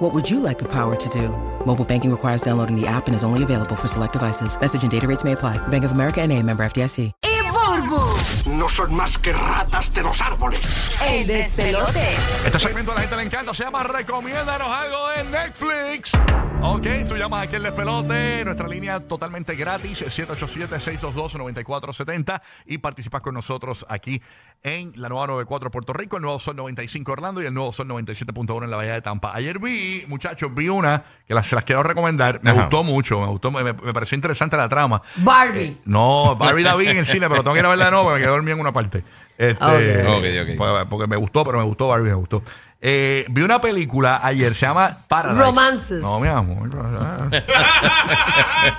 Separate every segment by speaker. Speaker 1: What would you like the power to do? Mobile banking requires downloading the app and is only available for select devices. Message and data rates may apply. Bank of America and a member FDIC.
Speaker 2: y Burbu.
Speaker 3: No son más que ratas de los árboles.
Speaker 2: El despelote.
Speaker 4: Este segmento a la gente le encanta, se llama Recomiéndanos algo en Netflix. Ok, tú llamas aquí el despelote, nuestra línea totalmente gratis, 787-622-9470 y participas con nosotros aquí en la nueva 94 Puerto Rico, el nuevo Sol 95 Orlando y el nuevo Sol 97.1 en la Bahía de Tampa. Ayer vi, muchachos, vi una que las, se las quiero recomendar, me gustó mucho, me gustó, me, me pareció interesante la trama. Eh,
Speaker 2: Barbie.
Speaker 4: No, Barbie la vi en el cine, pero tengo que ir a verla de nuevo porque me quedé dormido en una parte. Este,
Speaker 2: Ok.
Speaker 4: pues, Porque, me gustó, pero me gustó Barbie, me gustó. Eh, vi una película ayer, se llama Paradise.
Speaker 2: Romances.
Speaker 4: No, mi amor.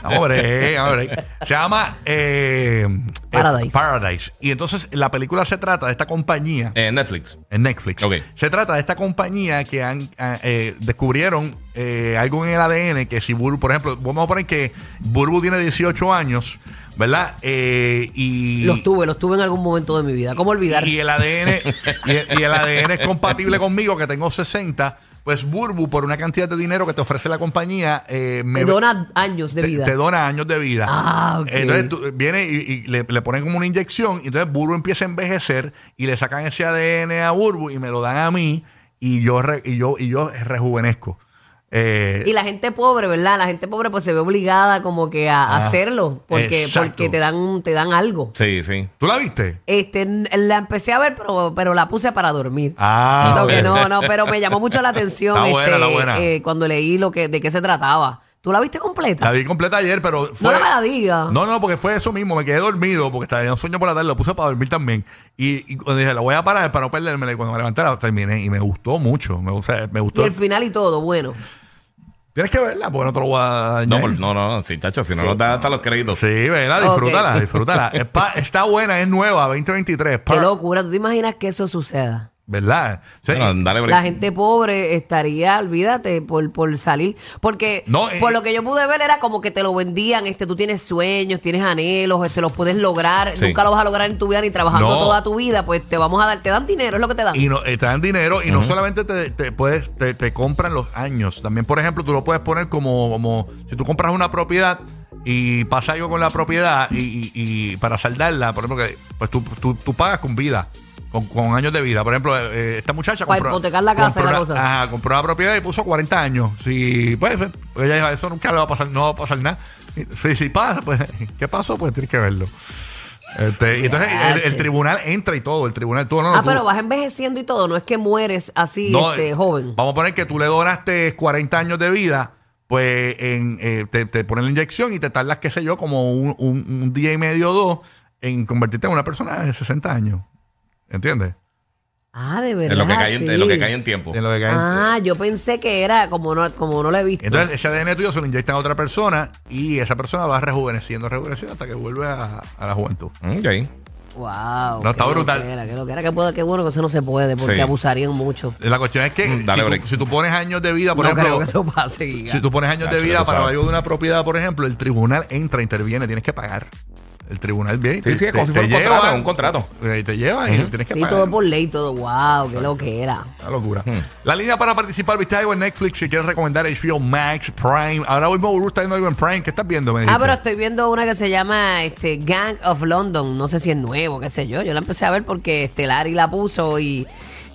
Speaker 4: hombre, hombre. Se llama eh, eh,
Speaker 2: Paradise.
Speaker 4: Paradise. Y entonces la película se trata de esta compañía
Speaker 5: Eh, Netflix.
Speaker 4: en Netflix.
Speaker 5: Ok.
Speaker 4: Se trata de esta compañía que han ah, eh, descubrieron eh, algo en el ADN que si Burbu, por ejemplo, vamos a poner que Burbu tiene 18 años, ¿verdad? Eh, y
Speaker 2: Los tuve, los tuve en algún momento de mi vida. ¿Cómo olvidar?
Speaker 4: y eh, el ADN y, el- y el ADN es compatible conmigo que tengo 60, pues Burbu por una cantidad de dinero que te ofrece la compañía eh, me
Speaker 2: Me dona años de
Speaker 4: te-
Speaker 2: vida.
Speaker 4: Te, dona años de vida.
Speaker 2: Ah, ok.
Speaker 4: Entonces tú- viene y, y le, le ponen como una inyección. Y entonces Burbu empieza a envejecer y le sacan ese ADN a Burbu y me lo dan a mí y yo, re- y yo, y yo rejuvenezco. Eh,
Speaker 2: Y la gente pobre, ¿verdad? La gente pobre pues se ve obligada como que a a
Speaker 4: Ah,
Speaker 2: hacerlo porque,
Speaker 4: exacto.
Speaker 2: porque te dan te dan algo.
Speaker 5: Sí, sí.
Speaker 4: ¿Tú la viste?
Speaker 2: Este, n- la empecé a ver, pero, pero la puse para dormir.
Speaker 4: Ah,
Speaker 2: So
Speaker 4: ok.
Speaker 2: que no, no, pero me llamó mucho la atención
Speaker 4: Está buena,
Speaker 2: este,
Speaker 4: está buena.
Speaker 2: eh, cuando leí lo que de qué se trataba. ¿Tú la viste completa?
Speaker 4: La vi completa ayer, pero fue...
Speaker 2: no me la digas.
Speaker 4: No, no, porque fue eso mismo. Me quedé dormido porque estaba en sueño por la tarde. Lo puse para dormir también. Y, y cuando dije, la voy a parar para no perderme. Cuando me levanté, la terminé. Y me gustó mucho. Me, o sea, me
Speaker 2: Y
Speaker 4: gustó.
Speaker 2: el final y todo, bueno.
Speaker 4: Tienes que verla porque no te lo voy a dañar.
Speaker 5: No, por- no, no, no, sí, chacho, si no nos da hasta los créditos.
Speaker 4: Sí, vela,
Speaker 2: Ok.
Speaker 4: disfrútala, disfrútala. Es pa- está buena, es nueva, 2023. pa-
Speaker 2: Qué locura. ¿Tú te imaginas que eso suceda?
Speaker 4: ¿Verdad? Sí.
Speaker 5: Bueno, dale, break.
Speaker 2: La gente pobre estaría, olvídate, por, por salir. Porque
Speaker 4: No, eh,
Speaker 2: por lo que yo pude ver era como que te lo vendían, este, tú tienes sueños, tienes anhelos, este, los puedes lograr,
Speaker 5: Sí.
Speaker 2: nunca lo vas a lograr en tu vida ni trabajando
Speaker 4: No.
Speaker 2: toda tu vida, pues te vamos a dar, te dan dinero, es lo que te dan.
Speaker 4: Y no, eh, te dan dinero y no solamente te, te puedes, te, te compran los años. También, por ejemplo, tú lo puedes poner como, como si tú compras una propiedad y pasa algo con la propiedad y, y- y para saldarla, por ejemplo, que, pues tú, tú, tú pagas con vida. Con, con años de vida. Por ejemplo, eh, esta muchacha
Speaker 2: Para hipotecar la casa y
Speaker 4: compró
Speaker 2: la
Speaker 4: una-
Speaker 2: cosa.
Speaker 4: ajá, compró una propiedad y puso 40 años. Si, pues, pues, ella dijo, eso nunca le va a pasar, no va a pasar nada. Y, Si, si pasa, pues, ¿qué pasó? Pues tienes que verlo. Este, y entonces el, el
Speaker 2: Yache.
Speaker 4: tribunal entra y todo, el tribunal, tú no, no,
Speaker 2: ah,
Speaker 4: tú-
Speaker 2: pero vas envejeciendo y todo, no es que mueres así,
Speaker 4: no,
Speaker 2: este,
Speaker 4: eh,
Speaker 2: joven.
Speaker 4: Vamos a poner que tú le donaste 40 años de vida, pues en, eh, te, te ponen la inyección y te tardas, qué sé yo, como un, un- un día y medio o dos en convertirte en una persona de 60 años. ¿Entiendes?
Speaker 2: Ah, de verdad.
Speaker 5: En lo, que cae en, en lo que cae en tiempo.
Speaker 4: En lo que cae en-
Speaker 2: Ah, yo pensé que era como no, como no lo he visto.
Speaker 4: Entonces ese ADN tuyo se lo inyectan a otra persona y esa persona va rejuveneciendo, rejuveneciendo hasta que vuelve a, a la juventud.
Speaker 5: Ok.
Speaker 2: wow.
Speaker 4: No, está
Speaker 2: qué
Speaker 4: brutal.
Speaker 2: loquera, qué loquera, qué puede- qué bueno que eso no se puede, porque
Speaker 5: Sí.
Speaker 2: abusarían mucho.
Speaker 4: La cuestión es que
Speaker 5: Mm, dale,
Speaker 4: si,
Speaker 5: break.
Speaker 4: tú, si tú pones años de vida, por
Speaker 2: no
Speaker 4: ejemplo,
Speaker 2: creo que eso pase. Giga.
Speaker 4: Si tú pones años de
Speaker 5: Nacho, ya
Speaker 4: vida
Speaker 5: tú
Speaker 4: para
Speaker 5: sabes.
Speaker 4: algo de una propiedad, por ejemplo, el tribunal entra, interviene, tienes que pagar. El tribunal viene. y
Speaker 5: Sí,
Speaker 4: te-
Speaker 5: sí, es como
Speaker 4: te-
Speaker 5: si fuera
Speaker 4: te
Speaker 5: un contrato,
Speaker 4: llevan,
Speaker 5: un contrato.
Speaker 4: eh, te llevan y tienes que
Speaker 2: Sí,
Speaker 4: pagar.
Speaker 2: todo por ley, todo. ¡Wow! ¡Qué lo que era!
Speaker 4: Una locura.
Speaker 5: Hmm.
Speaker 4: La línea para participar, viste algo en Netflix si quieres recomendar HBO Max, Prime. Ahora mismo Burbu está viendo algo en Prime. ¿Qué estás viendo? Me
Speaker 2: Ah,
Speaker 4: dijiste?
Speaker 2: pero estoy viendo una que se llama este, Gang of London. No sé si es nuevo, qué sé yo. Yo la empecé a ver porque este, Larry la puso y,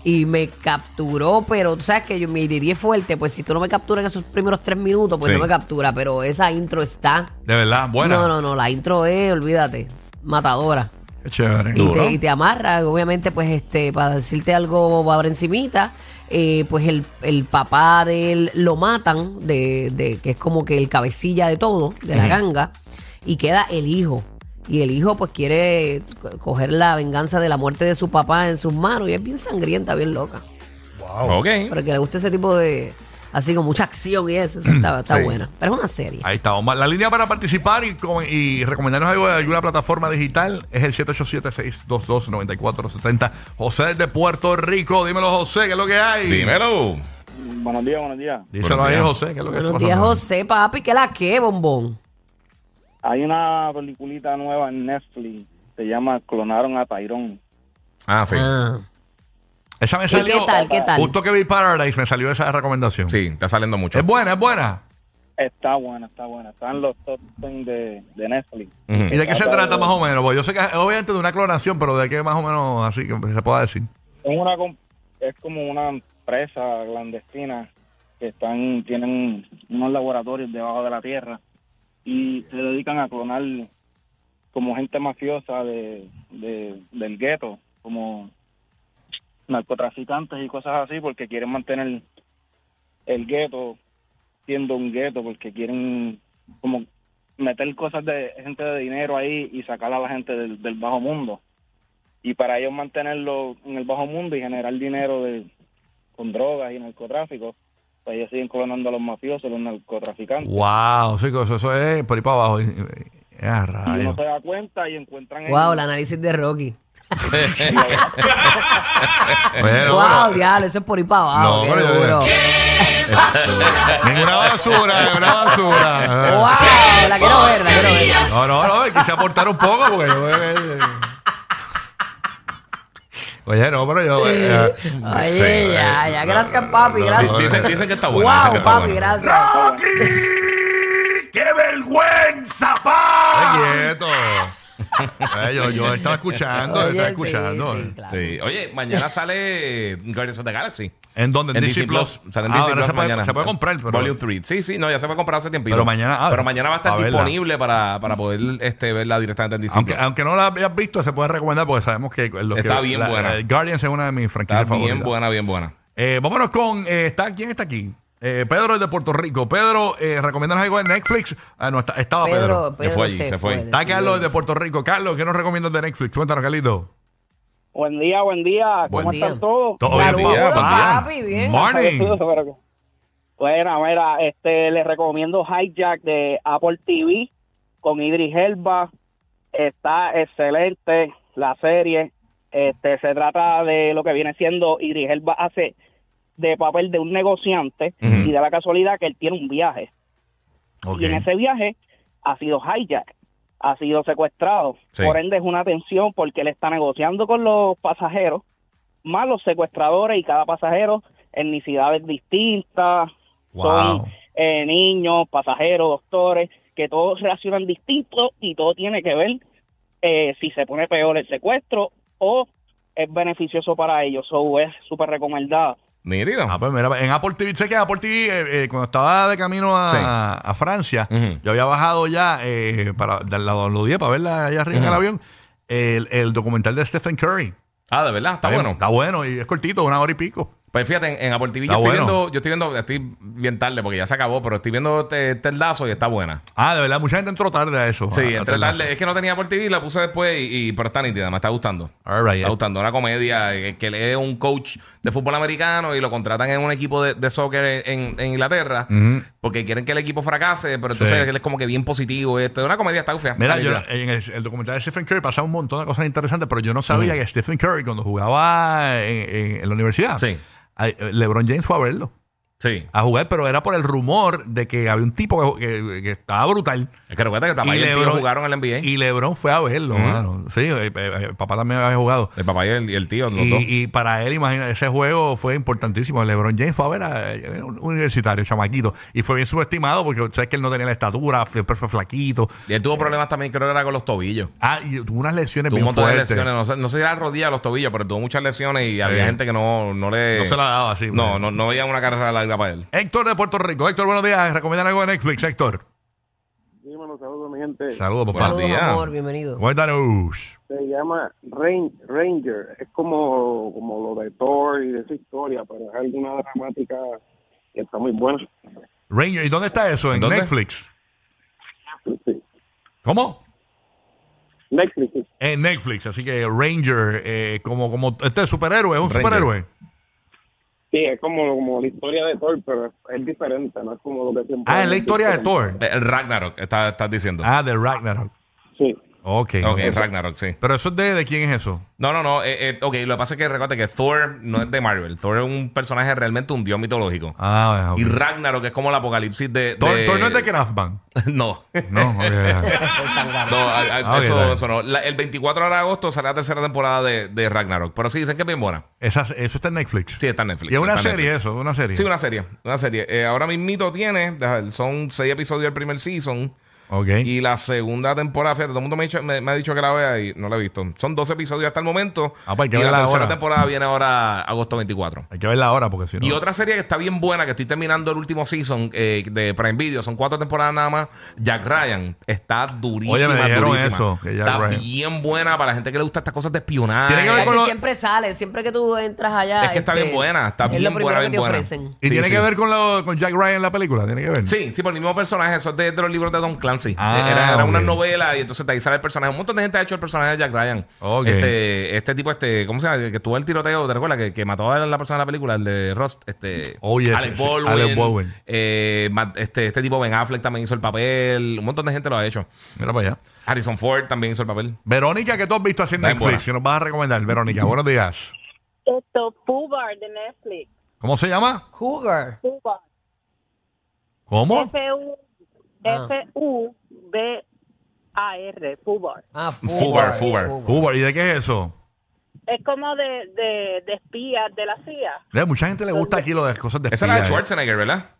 Speaker 2: y me capturó. Pero tú sabes que yo me iría fuerte. Pues si tú no me capturas en esos primeros tres minutos, pues
Speaker 5: Sí.
Speaker 2: no me captura. Pero esa intro está.
Speaker 4: De verdad, buena.
Speaker 2: No, no, no. La intro es, olvídate, matadora.
Speaker 4: Qué chévere.
Speaker 2: y
Speaker 5: Duro.
Speaker 2: te, y te amarra, obviamente, pues este, para decirte algo por encimita, eh, pues el, el papá de él lo matan, de, de- que es como que el cabecilla de todo, de la ganga, y queda el hijo. Y el hijo pues quiere co- coger la venganza de la muerte de su papá en sus manos y es bien sangrienta, bien loca.
Speaker 5: Ok.
Speaker 2: Para el que le guste ese tipo de, Así con mucha acción y eso. Eso está, está
Speaker 5: Sí.
Speaker 2: buena. Pero es una serie.
Speaker 4: Ahí está, Omar. La línea para participar y, com- y recomendarnos algo de alguna plataforma digital es el 787-622-9470. José de Puerto Rico. Dímelo, José, ¿qué es lo que hay?
Speaker 5: Dímelo.
Speaker 6: Buenos días, buenos días.
Speaker 4: Díselo
Speaker 5: Buenos
Speaker 4: ahí,
Speaker 5: días.
Speaker 4: José, ¿qué es lo que
Speaker 2: Buenos
Speaker 4: está
Speaker 2: días,
Speaker 4: pasando?
Speaker 2: José, papi. ¿Qué la qué, bombón?
Speaker 6: Hay una peliculita nueva en Netflix, se llama Clonaron a Tyrone.
Speaker 5: Ah, sí.
Speaker 2: Ah.
Speaker 4: Esa me
Speaker 2: ¿Y
Speaker 4: salió.
Speaker 2: qué tal? ¿Qué tal?
Speaker 4: Justo que vi Paradise, me salió esa recomendación.
Speaker 5: Sí, está saliendo mucho.
Speaker 4: Es buena, es buena.
Speaker 6: Está buena, está buena. Están los top 10 de, de Netflix.
Speaker 5: Ujú.
Speaker 4: ¿Y de qué se
Speaker 6: Está
Speaker 4: trata
Speaker 6: bien.
Speaker 4: más o menos? Porque yo sé que es obviamente de una clonación, pero de qué más o menos así que se pueda decir.
Speaker 6: Es, una, com- es como una empresa clandestina que están tienen unos laboratorios debajo de la tierra y se dedican a clonar como gente mafiosa de, de- del gueto, como narcotraficantes y cosas así, porque quieren mantener el gueto siendo un gueto, porque quieren como meter cosas de gente de dinero ahí y sacar a la gente del, del bajo mundo. Y para ellos mantenerlo en el bajo mundo y generar dinero de, con drogas y narcotráfico, pues ellos siguen clonando a los mafiosos, los narcotraficantes.
Speaker 4: Wow, sí, eso, eso es por ahí para abajo. Ah,
Speaker 6: Y
Speaker 4: rayos.
Speaker 6: uno se da cuenta y encuentran...
Speaker 2: Wow,
Speaker 6: el-
Speaker 2: el análisis de Rocky.
Speaker 4: Bueno,
Speaker 2: wow,
Speaker 4: bueno,
Speaker 2: diablo, eso es por ir para abajo.
Speaker 4: No,
Speaker 2: qué
Speaker 4: pero-
Speaker 2: duro.
Speaker 4: ninguna basura, ninguna basura.
Speaker 2: Wow, la quiero ver, la quiero ver.
Speaker 4: No, no, no, quise aportar un poco porque yo creo que- eh. Oye, no, pero yo. eh,
Speaker 2: Oye,
Speaker 5: Sí,
Speaker 2: ya,
Speaker 5: eh,
Speaker 2: ya.
Speaker 5: no,
Speaker 2: Gracias,
Speaker 5: no,
Speaker 2: papi,
Speaker 5: no,
Speaker 2: gracias.
Speaker 5: dicen- dicen que está buena, dicen
Speaker 2: Wow,
Speaker 5: que está
Speaker 2: papi,
Speaker 5: buena.
Speaker 2: gracias.
Speaker 3: ¡Qué vergüenza, pa!
Speaker 4: estoy quieto. Eh, yo, yo estaba escuchando,
Speaker 2: Oye,
Speaker 4: estaba
Speaker 2: sí,
Speaker 4: escuchando.
Speaker 2: sí,
Speaker 4: eh.
Speaker 2: claro.
Speaker 5: Sí. Oye, mañana sale Guardians of the Galaxy.
Speaker 4: ¿En dónde?
Speaker 5: En DC Plus. Sale en
Speaker 4: Ah,
Speaker 5: Disney
Speaker 4: ahora
Speaker 5: Plus
Speaker 4: se puede-
Speaker 5: mañana.
Speaker 4: se puede comprar, pero-
Speaker 5: Volume 3. Sí, sí, no, ya se puede comprar hace tiempito.
Speaker 4: Pero mañana- ah,
Speaker 5: Pero mañana va a estar
Speaker 4: a verla.
Speaker 5: disponible para, para poder este, verla directamente en DC
Speaker 4: Aunque,
Speaker 5: Plus.
Speaker 4: aunque no la hayas visto, se puede recomendar porque sabemos que lo
Speaker 5: Está
Speaker 4: que-
Speaker 5: bien
Speaker 4: la-
Speaker 5: buena.
Speaker 4: eh, Guardians es una de mis
Speaker 5: Está
Speaker 4: franquicias
Speaker 5: bien
Speaker 4: favoritas.
Speaker 5: buena, bien buena.
Speaker 4: Eh, vámonos con. eh, está, ¿Quién está aquí? Eh, Pedro es de Puerto Rico. Pedro, eh, recomiéndanos algo en Netflix. Ah, no, está- estaba Pedro.
Speaker 2: Pedro, Pedro,
Speaker 5: Se fue allí, se fue.
Speaker 4: Está
Speaker 2: decidió
Speaker 4: Carlos de
Speaker 2: irse.
Speaker 4: Puerto Rico. Carlos, ¿qué nos recomiendas de Netflix? Cuéntanos, Carlito.
Speaker 6: Buen día, buen día.
Speaker 2: Buen
Speaker 6: ¿Cómo
Speaker 2: día.
Speaker 6: están todos?
Speaker 4: Todo
Speaker 2: Saludos,
Speaker 5: Buen día, buen día.
Speaker 2: papi, bien.
Speaker 4: Morning.
Speaker 6: Pero- Bueno, mira, este, les recomiendo Hijack de Apple TV con Idris Elba. Está excelente la serie. Este, se trata de lo que viene siendo Idris Elba hace de papel de un negociante
Speaker 5: Ujú.
Speaker 6: y de la casualidad que él tiene un viaje.
Speaker 4: Ok.
Speaker 6: Y en ese viaje ha sido hijack, ha sido secuestrado.
Speaker 5: Sí.
Speaker 6: Por ende es una tensión porque él está negociando con los pasajeros, más los secuestradores y cada pasajero etnicidades distintas,
Speaker 4: Wow.
Speaker 6: son eh, niños, pasajeros, doctores, que todos reaccionan distinto y todo tiene que ver eh, si se pone peor el secuestro o es beneficioso para ellos. So, es súper recomendada.
Speaker 5: Nítido.
Speaker 4: Ah, pues mira, en Apple TV, sé que Apple TV, eh, eh, cuando estaba de camino a,
Speaker 5: Sí.
Speaker 4: a Francia,
Speaker 5: Ujú.
Speaker 4: yo había bajado ya eh, para dar la los días para verla allá arriba en el
Speaker 5: Ujú.
Speaker 4: avión, el, el documental de Stephen Curry.
Speaker 5: Ah, de verdad, está
Speaker 4: bien,
Speaker 5: bueno.
Speaker 4: Está bueno y es cortito, una hora y pico.
Speaker 5: Pues fíjate, en, en Apple TV yo
Speaker 4: Está
Speaker 5: estoy,
Speaker 4: bueno.
Speaker 5: viendo, yo estoy viendo, estoy bien tarde porque ya se acabó, pero estoy viendo este, este lazo y está buena.
Speaker 4: Ah, de verdad, mucha gente entró tarde a eso.
Speaker 5: Sí,
Speaker 4: a- a
Speaker 5: entre
Speaker 4: Ted Lasso.
Speaker 5: tarde, es que no tenía Apple TV, la puse después y, y- pero está nítida, me está gustando.
Speaker 4: All right,
Speaker 5: Está
Speaker 4: eh.
Speaker 5: gustando una comedia eh, que él es un coach de fútbol americano y lo contratan en un equipo de, de soccer en, en Inglaterra
Speaker 4: Ujú.
Speaker 5: porque quieren que el equipo fracase, pero entonces
Speaker 4: Sí.
Speaker 5: él es como que bien positivo. Esto es una comedia, está fea.
Speaker 4: Mira,
Speaker 5: Está
Speaker 4: yo,
Speaker 5: nítida.
Speaker 4: en el, el documental de Stephen Curry pasaba un montón de cosas interesantes, pero yo no sabía que Stephen Curry, cuando jugaba en, en- en la universidad,
Speaker 5: Sí.
Speaker 4: a- LeBron James fue a verlo,
Speaker 5: Sí.
Speaker 4: a jugar, pero era por el rumor de que había un tipo que, que- que estaba brutal.
Speaker 5: Es que recuerda que el papá y, el tío jugaron en el NBA.
Speaker 4: y LeBron fue a verlo, mano. Sí, eh, eh, el papá también había jugado.
Speaker 5: el papá y el, y el tío, los
Speaker 4: Y,
Speaker 5: dos.
Speaker 4: y para él, imagina, ese juego fue importantísimo. LeBron James fue a ver a eh, un universitario, chamaquito, y fue bien subestimado porque sabes que él no tenía la estatura, siempre fue flaquito.
Speaker 5: Y él tuvo problemas también, creo que era con los tobillos.
Speaker 4: Ah, y tuvo unas lesiones
Speaker 5: Tuvo un
Speaker 4: bien
Speaker 5: montón
Speaker 4: fuertes.
Speaker 5: de lesiones, no sé, no sé si era la rodilla o los tobillos, pero tuvo muchas lesiones y había
Speaker 4: Sí.
Speaker 5: gente que no, no le...
Speaker 4: No se la daba así.
Speaker 5: No,
Speaker 4: pues.
Speaker 5: no, no veía una carrera larga para él.
Speaker 4: Héctor de Puerto Rico. Héctor, buenos días. Recomiendan algo de Netflix, Héctor.
Speaker 7: Dímelo, saludos, mi gente.
Speaker 4: Saludos, papá.
Speaker 2: Saludos,
Speaker 5: días.
Speaker 2: amor, bienvenido.
Speaker 4: Cuéntanos.
Speaker 7: Se llama Ran- Ranger. Es como, como lo de Thor y de esa historia, pero es alguna dramática que está muy buena.
Speaker 4: Ranger, ¿y dónde está eso? ¿En
Speaker 5: ¿Dónde?
Speaker 4: Netflix?
Speaker 7: Sí.
Speaker 4: ¿Cómo?
Speaker 7: Netflix. sí.
Speaker 4: En Netflix. Así que Ranger, eh, como, como este superhéroe, es un
Speaker 5: Ranger.
Speaker 4: superhéroe.
Speaker 7: Sí, es como, como la historia de Thor, pero es, es diferente, no es como lo que siempre.
Speaker 4: Ah, es la historia de Thor.
Speaker 5: El Ragnarok, está- estás diciendo.
Speaker 4: Ah, de Ragnarok.
Speaker 7: Sí.
Speaker 4: Ok.
Speaker 5: ok,
Speaker 4: ok.
Speaker 5: Ragnarok, sí.
Speaker 4: Pero eso es de, de quién es eso.
Speaker 5: No, no, no. eh, eh, ok, lo que pasa es que recuerda que Thor no es de Marvel. Thor es un personaje realmente un dios mitológico.
Speaker 4: Ah, ok.
Speaker 5: Y Ragnarok es como el apocalipsis de.
Speaker 4: Thor,
Speaker 5: de-
Speaker 4: Thor no es de Kraftman.
Speaker 5: No.
Speaker 4: No,
Speaker 2: Este
Speaker 4: ok.
Speaker 5: No, a- a-
Speaker 4: Ah, bien,
Speaker 5: eso,
Speaker 4: bien.
Speaker 5: eso no. La- el 24 de agosto será la tercera temporada de, de Ragnarok. Pero sí, dicen que es bien buena.
Speaker 4: Esa- eso está en Netflix.
Speaker 5: Sí, está en Netflix.
Speaker 4: Y es una
Speaker 5: está en
Speaker 4: serie
Speaker 5: Netflix.
Speaker 4: eso, una serie.
Speaker 5: Sí, una serie. Una serie. Eh, ahora mismito tiene, deja ver, son seis episodios del primer season.
Speaker 4: Ok.
Speaker 5: Y la segunda temporada, fíjate, todo el mundo me ha, dicho, me, me ha dicho que la vea y no la he visto. Son 12 episodios hasta el momento.
Speaker 4: Ah, pues hay que
Speaker 5: y la
Speaker 4: verla
Speaker 5: tercera
Speaker 4: ahora.
Speaker 5: temporada viene ahora agosto 24.
Speaker 4: Hay que verla ahora porque si no.
Speaker 5: Y otra serie que está bien buena, que estoy terminando el último season eh, de Prime Video, son cuatro temporadas nada más. Jack Ryan está durísima.
Speaker 4: Oye, me dijeron
Speaker 5: durísima.
Speaker 4: eso, que Jack
Speaker 5: está
Speaker 4: Ryan.
Speaker 5: bien buena para la gente que le gusta estas cosas de espionaje.
Speaker 4: Tiene que ver
Speaker 2: Ay,
Speaker 4: con
Speaker 2: que
Speaker 4: lo-
Speaker 2: siempre sale, siempre que tú entras allá. este,
Speaker 5: Es que está bien buena, está
Speaker 2: es
Speaker 5: bien
Speaker 2: lo primero
Speaker 5: buena,
Speaker 2: que
Speaker 5: bien
Speaker 2: te
Speaker 5: buena.
Speaker 2: ofrecen.
Speaker 4: Y
Speaker 5: Sí,
Speaker 4: tiene
Speaker 5: sí.
Speaker 4: que ver con, lo- con Jack Ryan la película, tiene que ver.
Speaker 5: Sí, sí, por el mismo personaje. Eso es de, de los libros de Don Clancy.
Speaker 4: Ah,
Speaker 5: era era una
Speaker 4: ok.
Speaker 5: novela y entonces de ahí sale el personaje. Un montón de gente ha hecho el personaje de Jack Ryan.
Speaker 4: Ok.
Speaker 5: Este, este tipo, este, ¿cómo se llama? El Que tuvo el tiroteo, ¿te recuerdas? Que, que mató a la persona de la película, el de Rust. Este,
Speaker 4: Oh, yes,
Speaker 5: Alec
Speaker 4: sí, sí.
Speaker 5: Baldwin.
Speaker 4: Alec Baldwin.
Speaker 5: eh, Matt- este, este tipo Ben Affleck también hizo el papel. Un montón de gente lo ha hecho.
Speaker 4: Mira para allá.
Speaker 5: Harrison Ford también hizo el papel.
Speaker 4: Verónica, que tú has visto así en
Speaker 5: Está bien
Speaker 4: Netflix?
Speaker 5: buena.
Speaker 4: Que nos vas a recomendar, Verónica. Buenos días.
Speaker 8: Esto, Poo Bar de Netflix.
Speaker 4: ¿Cómo se llama?
Speaker 2: Cougar.
Speaker 8: Poo Bar.
Speaker 4: ¿Cómo?
Speaker 8: F-U-
Speaker 2: Ah.
Speaker 8: F-U-B-A-R. Poo Bar.
Speaker 2: Ah,
Speaker 5: Fubar, Fubar.
Speaker 4: Cuba, ¿y de qué es eso?
Speaker 8: Es como de, de, de espías de la CIA.
Speaker 4: Mira, mucha gente le gusta aquí lo de las cosas de
Speaker 5: Esa era de
Speaker 4: espía, ¿eh?
Speaker 5: Schwarzenegger, ¿verdad?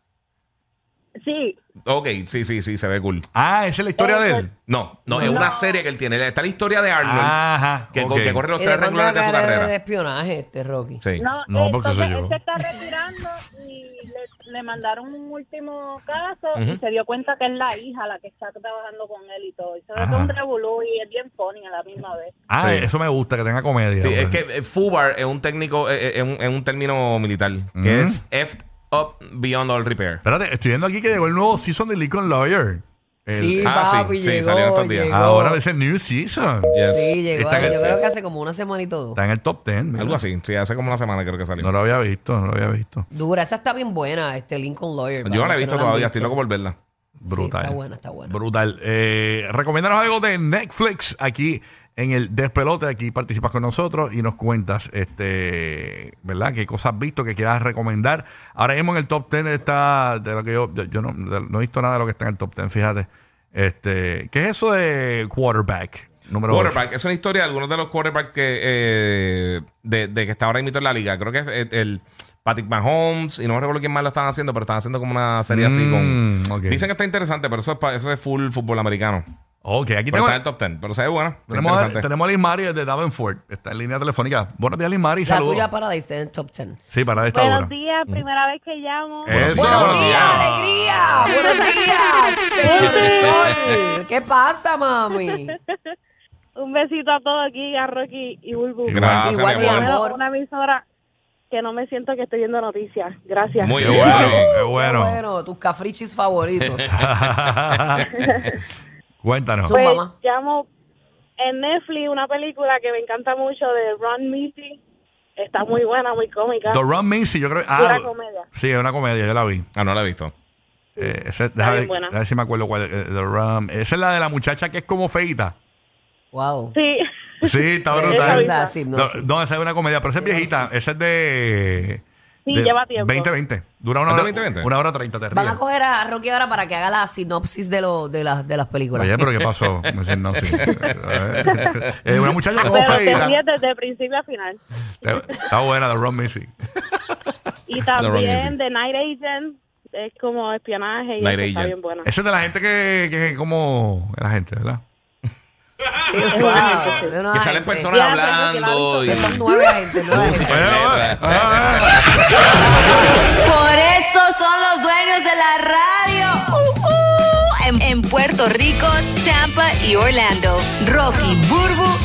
Speaker 8: Sí,
Speaker 5: Ok, sí, sí, sí, se ve cool.
Speaker 4: Ah, esa es la historia de él.
Speaker 5: No, no, es una serie que él tiene. Está la historia de Arnold,
Speaker 4: Ajá.
Speaker 5: que,
Speaker 4: Ah,
Speaker 5: co-
Speaker 4: ok.
Speaker 5: que corre los
Speaker 2: Y
Speaker 5: tres
Speaker 2: de cuando
Speaker 5: renglones de su
Speaker 2: era
Speaker 5: carrera.
Speaker 2: de espionaje este, Rocky.
Speaker 5: Sí.
Speaker 8: no,
Speaker 4: No,
Speaker 8: eh,
Speaker 4: porque soy
Speaker 8: entonces él
Speaker 4: yo.
Speaker 8: se está retirando y le, le mandaron un último caso
Speaker 5: Ujú.
Speaker 8: y se dio cuenta que es la hija la que está trabajando con él y todo. Y se ve
Speaker 4: Ajá.
Speaker 8: todo un revolú y es bien funny a la misma vez.
Speaker 4: Ah,
Speaker 5: Sí.
Speaker 4: eso me gusta, que tenga comedia.
Speaker 5: Sí,
Speaker 4: hombre.
Speaker 5: es que eh, FUBAR es un técnico, eh, eh, es un, es un término militar, que
Speaker 4: Ujú.
Speaker 5: es F up beyond all repair.
Speaker 4: Espérate, estoy viendo aquí que llegó el nuevo season de Lincoln Lawyer. El-
Speaker 2: Sí,
Speaker 5: Ah, sí,
Speaker 2: papi,
Speaker 5: sí,
Speaker 2: llegó,
Speaker 5: salió estos días.
Speaker 2: llegó.
Speaker 4: Ahora dice New Season.
Speaker 5: Yes.
Speaker 2: Sí, llegó.
Speaker 4: Está en el-
Speaker 2: yo creo que hace como una semana y todo.
Speaker 4: Está en el top 10. mira.
Speaker 5: Algo así, sí, hace como una semana creo que salió.
Speaker 4: No lo había visto, no lo había visto.
Speaker 2: Dura, esa está bien buena, este Lincoln Lawyer.
Speaker 5: Yo no
Speaker 2: para
Speaker 5: la he
Speaker 2: los que
Speaker 5: visto
Speaker 2: no han
Speaker 5: todavía,
Speaker 2: visto.
Speaker 5: estoy loco por verla.
Speaker 4: Brutal.
Speaker 2: Sí, está buena, está buena.
Speaker 4: Brutal. Eh, recomiéndanos algo de Netflix aquí en el Despelote. Aquí participas con nosotros y nos cuentas, este, ¿verdad? ¿Qué cosas has visto que quieras recomendar? Ahora mismo en el top 10 está de lo que yo, yo, yo no, de- no he visto nada de lo que está en el top 10, fíjate. Este, ¿qué es eso de quarterback? Número ocho?
Speaker 5: Quarterback, es una historia de algunos de los quarterbacks que, eh, de, de que está ahora invito en la liga. Creo que es el, el Patrick Mahomes y no recuerdo quién más lo están haciendo, pero están haciendo como una serie así con...
Speaker 4: Mm, ok.
Speaker 5: Dicen que está interesante, pero eso es, pa- eso es full fútbol americano.
Speaker 4: Ok, aquí
Speaker 5: Pero
Speaker 4: tengo,
Speaker 5: está en el top 10, pero se ve bueno. está
Speaker 4: tenemos, a,
Speaker 5: interesante.
Speaker 4: tenemos a Liz Mari de Davenport. Está en línea telefónica. Buenos días, Liz Mari.
Speaker 2: La
Speaker 4: Saludos.
Speaker 2: tuya pues. Paradise está en el top 10.
Speaker 4: Sí, para esta
Speaker 8: Buenos
Speaker 4: hora.
Speaker 8: días, primera vez que llamo.
Speaker 5: Eso,
Speaker 4: Buenos
Speaker 2: ¡Buenos
Speaker 5: buenos
Speaker 2: días,
Speaker 5: días.
Speaker 2: alegría! ¡Buenos días, señor Sol! ¿Qué pasa, mami?
Speaker 8: Un besito a todos aquí, a Rocky y Bulbu.
Speaker 5: Gracias,
Speaker 2: Igual,
Speaker 5: mi
Speaker 2: mi
Speaker 5: amor.
Speaker 2: amor.
Speaker 8: Bueno, una emisora que no me siento que estoy viendo noticias. Gracias.
Speaker 5: Muy
Speaker 4: Qué
Speaker 5: bien.
Speaker 4: bueno, qué
Speaker 2: Qué
Speaker 4: bueno.
Speaker 2: bueno, tus cafrichis favoritos.
Speaker 4: Cuéntanos.
Speaker 2: Su-
Speaker 8: Pues,
Speaker 2: mamá.
Speaker 8: llamo en Netflix una película que me encanta mucho de Ron Missy. Está muy buena, muy cómica.
Speaker 4: The Run Missy, yo creo. ah,
Speaker 8: Pura comedia.
Speaker 4: sí, es una comedia, yo la vi.
Speaker 5: Ah, no la he visto.
Speaker 4: Eh, esa- deja,
Speaker 8: bien
Speaker 4: ver-
Speaker 8: buena.
Speaker 4: deja ver si me acuerdo cuál. es, eh, The Run. Esa es la de la muchacha que es como feita.
Speaker 2: wow.
Speaker 8: Sí.
Speaker 4: Sí, está
Speaker 2: Sí,
Speaker 4: brutal.
Speaker 2: verdad, sí, no,
Speaker 4: No,
Speaker 2: sí.
Speaker 4: no, esa es una comedia, pero esa es viejita. Esa es de.
Speaker 8: Sí,
Speaker 4: de
Speaker 8: lleva tiempo.
Speaker 4: 20-20. Dura una
Speaker 5: ¿Es de
Speaker 4: hora,
Speaker 5: 20-20?
Speaker 4: una hora 30, te
Speaker 2: Van
Speaker 4: ríes.
Speaker 2: a coger a Rocky ahora para que haga la sinopsis de, lo, de, las de las películas.
Speaker 4: Oye, pero ¿qué pasó? Me dicen, no, sí. Eh, una muchacha como
Speaker 8: Pero te
Speaker 4: feita.
Speaker 8: ríes desde principio a final.
Speaker 4: Está buena, The Run Missy.
Speaker 8: Y
Speaker 5: Missy.
Speaker 8: también de Night Agent. Es como espionaje y
Speaker 5: Night
Speaker 8: eso está
Speaker 5: Agent.
Speaker 8: bien buena.
Speaker 4: Esa es de la gente que, que como. La gente, ¿verdad?
Speaker 2: Sí, wow, de una
Speaker 5: que salen
Speaker 2: gente.
Speaker 5: personas
Speaker 8: Ya,
Speaker 5: hablando y
Speaker 8: pues,
Speaker 2: Que son nueve gente, nueve gente.
Speaker 5: música y letras.
Speaker 9: Por eso son los dueños de la radio. Uh, uh. En, en Puerto Rico, Tampa y Orlando. Rocky, Burbu